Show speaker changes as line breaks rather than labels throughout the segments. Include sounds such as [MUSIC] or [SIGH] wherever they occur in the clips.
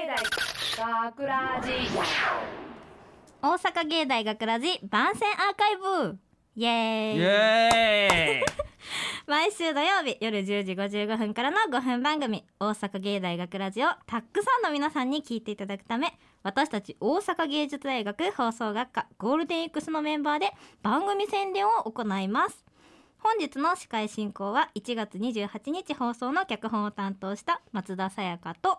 大学ラジ
大阪芸大学ラジ番宣アーカイブイエーイ
イエーイ
毎週土曜日夜10時55分からの5分番組「大阪芸大学ラジオ」たくさんの皆さんに聞いていただくため私たち大阪芸術大学放送学科ゴールデン X のメンバーで番組宣伝を行います本日の司会進行は1月28日放送の脚本を担当した松田さやかと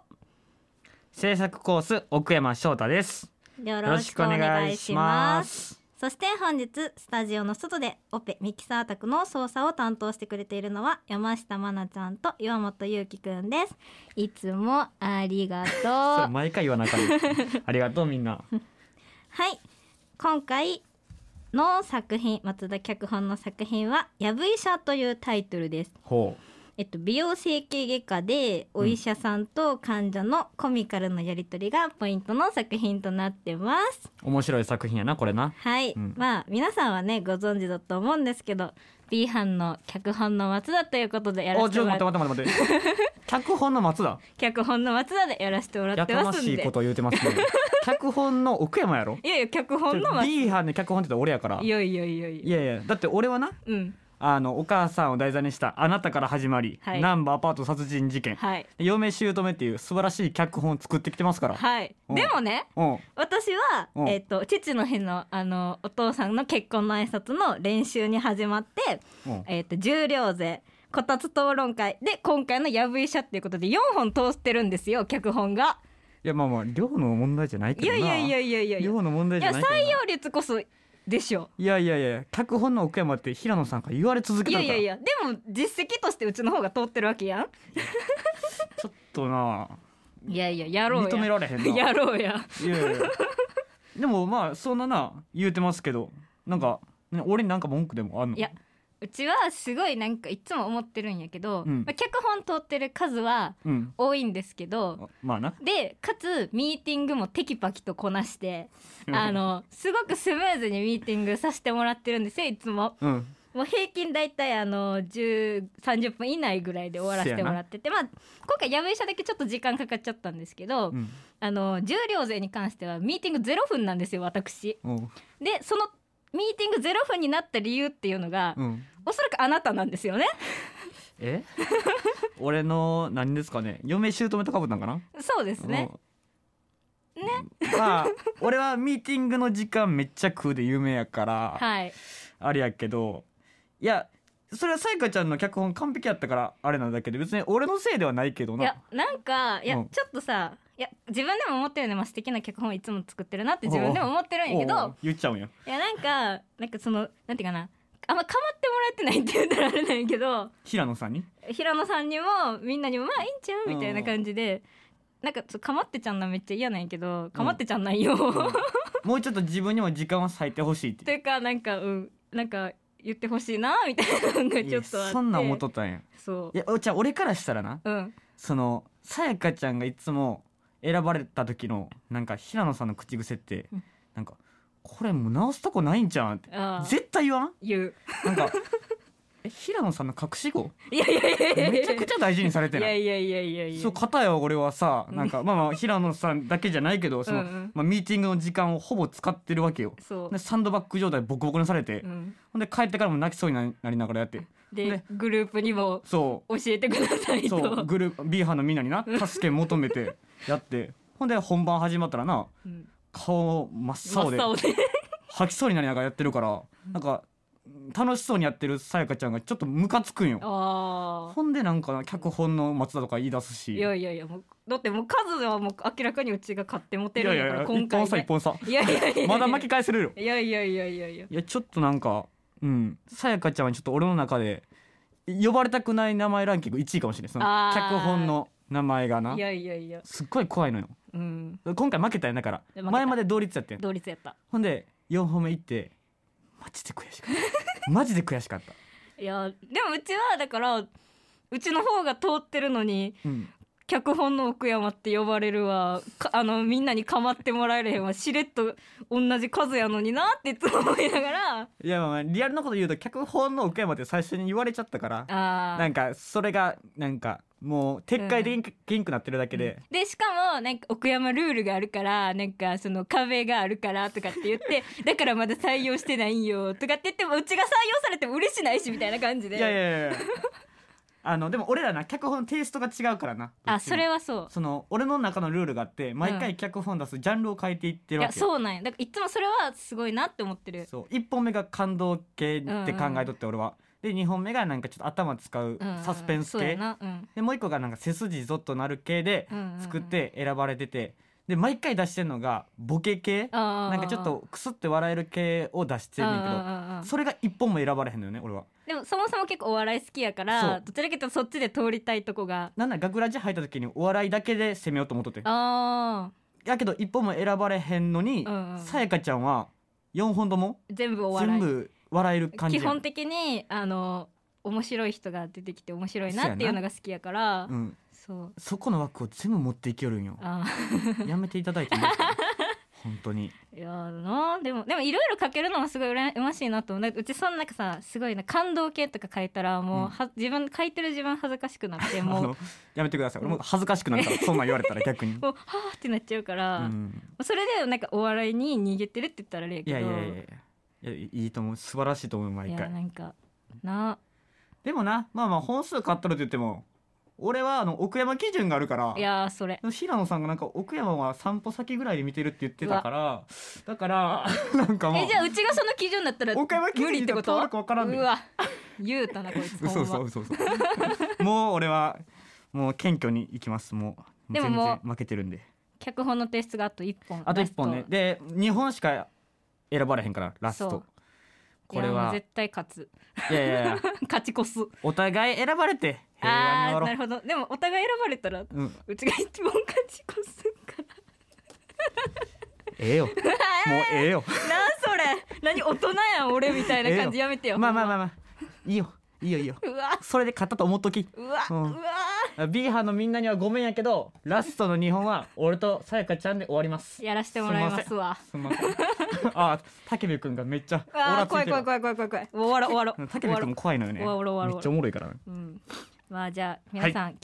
制作コース奥山翔太です
よ
よろしくお願いします
そして本日スタジオの外でオペミキサー宅の操作を担当してくれているのは山下真奈ちゃんと岩本裕樹くんですいつもありがとう
それ
は
毎回言わなあかんありがとうみ
[LAUGHS]
んない
今回の作品松田脚本の作品は「やぶ医者」というタイトルです
ほ
えっと、美容整形外科でお医者さんと患者のコミカルなやり取りがポイントの作品となってます
う面白い作品やなこれな
はい、
うん
まあ皆さんはねご存知だと思うんですけど B 班の脚本の松田ということでやら
お
せ
ち
て
ょ
もら
っ
っ
と待って待って待って脚本の
[LAUGHS]
松田
脚本の松田でやらせてもら
や
って
か
ま
ますし
ん
い
で
ことを言うてま
[LAUGHS]
すね脚本の奥山やろ
いやいや脚本の松
B 班で脚本って言ったら俺やから
田い
い
やいやいやいや
やいやだって俺はな
うん
あのお母さんを題材にした「あなたから始まり」
はい
ナンバーアパート殺人事件」
はい
嫁姑」っていう素晴らしい脚本を作ってきてますから、
はい
うん
でもね
うん
私は、
うん
えっと父の日のあのお父さんの結婚の挨拶の練習に始まって、
うん
えっと重量税こたつ討論会で今回のやぶ医者っていうことで4本通してるんですよ脚本が。
いやまあまあ量の問題じゃないけ
い
ど
や
な
やい
い
やいやいやいや
量の問題
い
じゃ
や
な
採
いけどない
用率こそでしょ
いやいやいや脚本の奥山って平野さんから言われ続け
い
た
や
から
いやいやでも実績としてうちの方が通ってるわけや
ちょっとなん
いやいややろうや
認められへんな
[LAUGHS] やろうや
いやいやいやでもまあそんなな言うてますけどなんか、ね、俺になんか文句でもあんの
いやうちはすごいなんかいつも思ってるんやけど、
うん
まあ、脚本通ってる数は
うん
多いんですけど
あまあな
でかつミーティングもテキパキとこなしてあのすごくスムーズにミーティングさせてもらってるんですよいつも
うん
もう平均だいたいあの10 30分以内ぐらいで終わらせてもらっててまあ今回やぶ医者だけちょっと時間かかっちゃったんですけど、
うん
あの重量税に関してはミーティング0分なんですよ私
うん
でそのミーティング0分になった理由っていうのが、
うん
おそらくあなたなんですよね [LAUGHS]
え俺の何ですかね嫁姑とかぶったんかな
そうですね、
うんまあ俺はミーティングの時間めっちゃ食うで有名やか
[LAUGHS]
ら、
はい
あれやけどいやそれはさやかちゃんの脚本完璧やったからあれなんだけど別に俺のせいではないけど
い
な
やなんかいや、
うん
ちょっとさいや自分でも思ってるね、まあ、素敵な脚本をいつも作ってるなって自分でも思ってるんやけ
おうおう
ど
言っちゃうんや
いやなんかなんかそのなんていうかなあんま構ってもらってないって言ったらあれなんやけど
平野さんに
平野さんにもみんなにもまあいいんちゃうみたいな感じで、なんかちょっとかまってちゃんなんめっちゃ嫌なんやけどかまってちゃんないよ、
もうちょっと自分にも時間を割いてほしいっ
[LAUGHS] と
て
いうかなんかうんなんか言ってほしいなみたいなのが
い
ちょ
や
っとあって
そんなん思っとったんや
そう
いやおじゃあ俺からしたらな
うん
そのさやかちゃんがいつも選ばれた時のなんか平野さんの口癖って、
うん
なんかこれもう直すとこないんじゃうんって
ああ
絶対言わん
言う
な
[LAUGHS]
んかえ平野さんの隠し子
いやいやいやいやいや
めちゃくちゃ大事にされて
い
な
や
い
いやいやいやいや
そう片や俺はさなんかまあまあ平野さんだけじゃないけどその、
うんうん
まあ、ミーティングの時間をほぼ使ってるわけよ
そう
でサンドバッグ状態ボコボコにされて、
うん、
ほんで帰ってからも泣きそうにななりながらやって
で
ね
グループにも
そ
教えてくださいうと
そうグループ B 班のみんなにな助け求めてやってほんで本番始まったらな
うん、
顔真っ青で
真っ青で
吐きそうになりながらやってるからなんか楽しそうにやってるさやかちゃんがちょっとムカつくんよ
ああ
ほんでなんか脚本の松田とか言い出すし
いやいやいやもうだってもう数はもう明らかにうちが勝ってモテるんやから今
一本
回
差
ね
一本差
いやいやいやいや
まだ巻き返せるよ
いやいやいやいやいや
いやちょっとなんかうんさやかちゃんはちょっと俺の中で呼ばれたくない名前ランキング1位かもしれないその
あー
脚本の名前がない
やいやいや
すっごい怖いのよ
うん
今回負けたよだか
負け
ら
た
前まで同率やってん
同率やった
ほんで4本目いってマジで悔しかっ
[LAUGHS]
たマジで悔しかった
いやでもうちはだからうちの方が通ってるのに
うん
脚本の奥山って呼ばれるわかあのみんなに構ってもらえれへんわしれっと同じ数やのになっていつも思いながら
いやまあまあリアルなこと言うと脚本の奥山って最初に言われちゃったから
あ
なんかそれがなんかもう撤回できんくなってるだけで、
でしかもなんか奥山ルールがあるからなんかその壁があるからとかって言って [LAUGHS] だからまだ採用してないんよとかって言ってもうちが採用されても嬉しないしみたいな感じで
いやいやいやいやあのでも俺らな脚本のテイストが違うからな
あそれ
は
はそう
[LAUGHS] その俺の中のルールがあって毎回脚本出すジャンルを変えていって
い
るわ
や
けよ、
そうなんやだからいつもそれはすごいなって思ってる
そう1本目が感動系って考えとって俺は、で2本目がなんかちょっと頭使う
うん
サスペンス
そう
系、
やなうん
でもう一個がなんか背筋ゾッとなる系で
うんうん
作って選ばれててで毎回出してんのがボケ系
な
なんかちょっとクスって笑える系を出してんねんけどそれが一本も選ばれへんのよね俺は
でもそもそも結構お笑い好きやか
そ
ら
う
どちらかというとそっちで通りたいとこが
なんなら学ラジ入った時にお笑いだけで攻めようと思っとって
あ
やけど一本も選ばれへんのに
うんうん
さやかちゃんは4本とも
ー全部お笑
全
い
部笑える感じ
基
やん
本的にあの面白い人が出てきて面白いなっていうのが好きやから
うん、
そう
そこの枠を全部持っていける
[LAUGHS]
んよ
あ
やめていただいてもいいです
[LAUGHS]
か本当に
ーいやーなでもでもいろいろ書けるのもすごいうらやましいなと思うだってうちそんなんかさすごいな感動系とか書いたらもうは、自分書いてる自分恥ずかしくなって
あ
もう
のやめてください俺も恥ずかしくなるからそんなん言われたら逆
も
に
[LAUGHS] うはーってなっちゃうから、
うん
それでなんかお笑いに逃げてるって言ったらあれや
い
けど
やいやいやいやいやいいと思う素晴らしいと思う毎
いや
回
なんかな
でもなまあまあ本数買ったらと言っても俺はあの奥山基準があるから
いやーそれ
平野さんがなんか奥山は散歩先ぐらいで見てるって言ってたからだから [LAUGHS] なんかもう
えじゃあうちがその基準だったら
岡山基準
無理ってこ
に
と
登録わからんねん
うわ言うたなこい
[LAUGHS]
つ
嘘
ほ
嘘
んま
嘘嘘もう俺はもう謙虚に行きますもう
でも
全
もう
然負けてるんで
脚本の提出があと1本
あと1本ねで2本しか選ばれへんからラス
そ
ト
う
こ
こ
れ
れは
は
絶対勝つ [LAUGHS]
いやいやいや
勝ち越す
お互い選ばれて平和に
[LAUGHS] あ
終
あーな
わろ
るほどでもお互い選ばれたら
う、うん、
うちが一本勝ち越すか
ええよもうええよ
ら [LAUGHS] なんそれ何大人やん俺みたいな感じやめてよ
まあまあまあ
あ
まあいいよいいよいいよ
うわ
それで勝ったと思っとき
うわう
うん
わ
あ B 班のみんなにはごめんやけどラストの日本は俺とさやかちゃんで終わります
やらしてもらいますわ
すんませんあ武部君がめっちゃ
うわ
オ
ー
ラつい
怖い
てる
怖い怖い怖い怖い怖いもう終わろう終わろう
武部君も怖いのよね
終わろう終わろう
めっちゃおもろいからね
うん、まあじゃあ皆さん、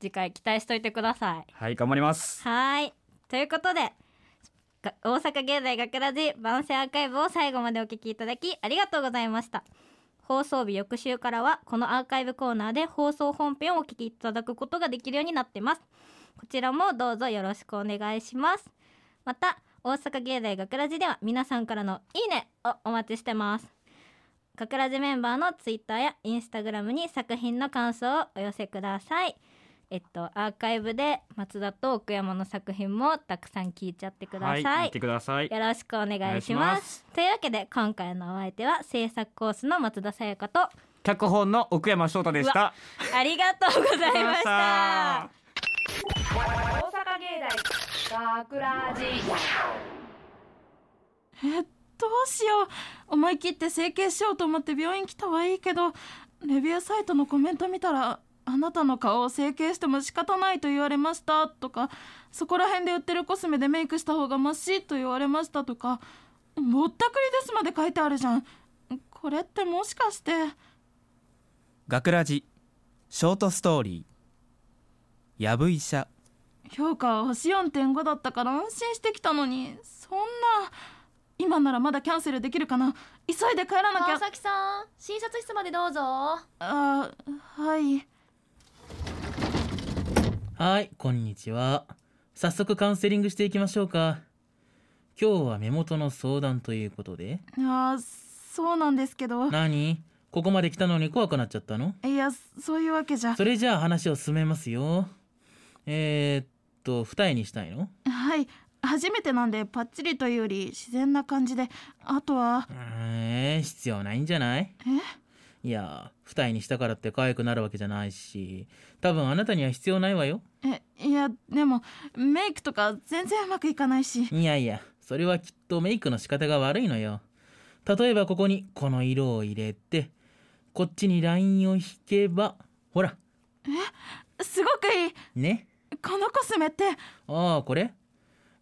次回期待しといてください。
はい頑張ります
はいということでが大阪芸大学ラジ番宣アーカイブを最後までお聞きいただきありがとうございました。放送日翌週からはこのアーカイブコーナーで放送本編をお聞きいただくことができるようになってます。こちらもどうぞよろしくお願いします。また大阪芸大学ラジでは皆さんからのいいねをお待ちしてます。学ラジメンバーのツイッターやインスタグラムに作品の感想をお寄せください。えっとアーカイブで松田と奥山の作品もたくさん聞いちゃってください。
はい見てください
よろしくお願いします
お願いします
というわけで今回のお相手は制作コースの松田さやかと
脚本の奥山翔太でした
ありがとうございました
ありがとうございました
大阪芸大学ラジ
どうしよう思い切って整形しようと思って病院来たはいいけどレビューサイトのコメント見たら「あなたの顔を整形しても仕方ないと言われました」とか「そこら辺で売ってるコスメでメイクした方がマシ」と言われましたとか「ぼったくりです」まで書いてあるじゃんこれってもしかして
学ラジショートストーリーやぶ医者
評価は星4.5だったから安心してきたのにそんな今ならまだキャンセルできるかな急いで帰らなきゃ
川崎さん診察室までどうぞ
あはい。
はい、こんにちは。早速カウンセリングしていきましょうか。今日は目元の相談ということで。
あーそうなんですけど
何ここまで来たのに怖くなっちゃったの
いやそういうわけじゃ
それじゃあ話を進めますよ。えー、っと、二重にしたいの
はい初めてなんでパッチリというより自然な感じであとは
えー、必要ないんじゃないいや、二重にしたからって可愛くなるわけじゃないし、多分あなたには必要ないわよ。
えいやでもメイクとか全然うまくいかないし
いやいや、それはきっとメイクの仕方が悪いのよ。例えばここにこの色を入れて、こっちにラインを引けば、ほら、
すごくいい
ね。
このコスメって
ああこれ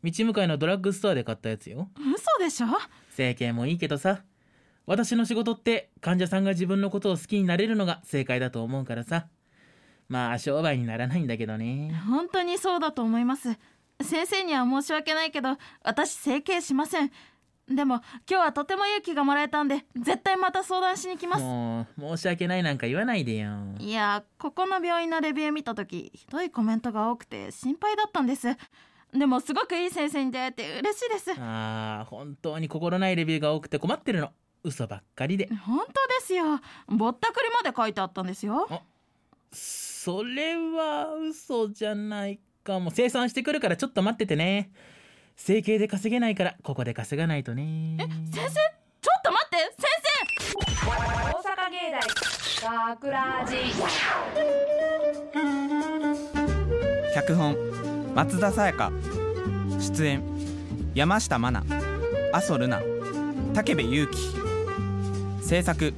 道向かいのドラッグストアで買ったやつよ
嘘でしょ
整形もいいけどさ私の仕事って患者さんが自分のことを好きになれるのが正解だと思うからさまあ商売にならないんだけどね
本当にそうだと思います先生には申し訳ないけど私整形しませんでも今日はとても勇気がもらえたんで絶対また相談しに来ます
もう申し訳ないなんか言わないでよ
いやここの病院のレビュー見た時ひどいコメントが多くて心配だったんですでもすごくいい先生に出会えて嬉しいです
ああ本当に心ないレビューが多くて困ってるの嘘ばっかりで
本当ですよぼったくりまで書いてあったんですよ
それは嘘じゃないかも生産してくるからちょっと待っててね整形で稼げないからここで稼がないとね
先生ちょっと待って先生
大阪芸大学ラジ
脚本松田沙耶香出演山下真奈阿蘇ルナ武部勇樹制作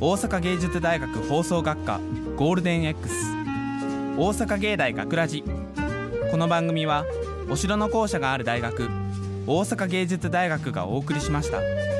大阪芸術大学放送学科ゴールデン X 大阪芸大学ラジこの番組はお城の校舎がある大学大阪芸術大学がお送りしました。